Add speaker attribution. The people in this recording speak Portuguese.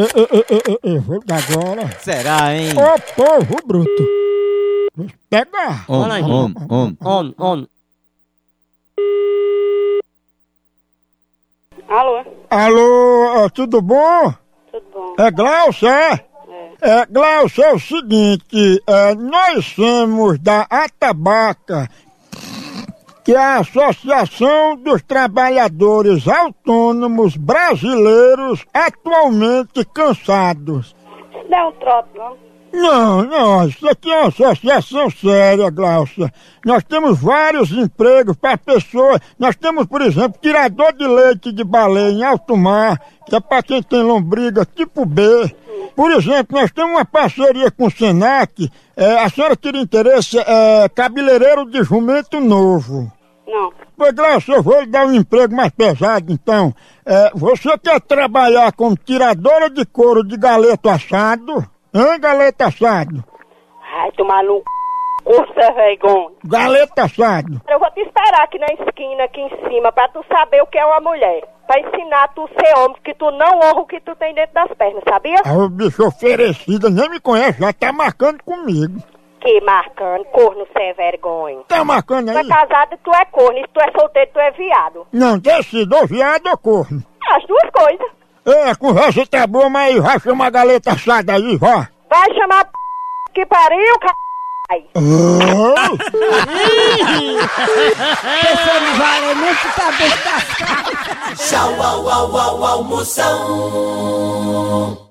Speaker 1: Vamos agora.
Speaker 2: Será, hein?
Speaker 1: Ô povo bruto. Vamos pegar.
Speaker 2: Om,
Speaker 3: Olha aí.
Speaker 2: om, om.
Speaker 3: On, on.
Speaker 4: Alô,
Speaker 1: Alô, é, tudo bom?
Speaker 4: tudo bom?
Speaker 1: É Glaucia? é? É, Glaucia, é o seguinte, é, nós somos da Atabaca, que é a Associação dos Trabalhadores Autônomos Brasileiros Atualmente Cansados.
Speaker 4: Dá um trote, não?
Speaker 1: Não, não, isso aqui é uma associação séria, Glaucia. Nós temos vários empregos para pessoas. Nós temos, por exemplo, tirador de leite de baleia em alto mar, que é para quem tem lombriga tipo B. Por exemplo, nós temos uma parceria com o Senac. eh, a senhora teria interesse, é cabeleireiro de jumento novo.
Speaker 4: Não.
Speaker 1: Pois, Glaucia, eu vou lhe dar um emprego mais pesado, então. Eh, você quer trabalhar como tiradora de couro de galeto assado? Hein, galeto assado?
Speaker 4: Ai, tomar no c... cursa, vergonha.
Speaker 1: Galeto assado.
Speaker 4: Eu vou te esperar aqui na esquina, aqui em cima, pra tu saber o que é uma mulher. Pra ensinar tu ser homem, que tu não honra o que tu tem dentro das pernas, sabia?
Speaker 1: Ah, o bicho oferecida nem me conhece, já tá marcando comigo.
Speaker 4: Que marcando, corno sem vergonha.
Speaker 1: Tá marcando
Speaker 4: Tu é
Speaker 1: aí?
Speaker 4: casado, tu é corno. E se tu é solteiro, tu é viado.
Speaker 1: Não, decida, ou viado ou corno.
Speaker 4: As duas coisas.
Speaker 1: É, a conversa tá boa, mas vai chamar a galeta assada aí, vá.
Speaker 4: Vai chamar p... que pariu, c... Ai.
Speaker 1: Oh,
Speaker 5: Tchau, au, au, au, almoção.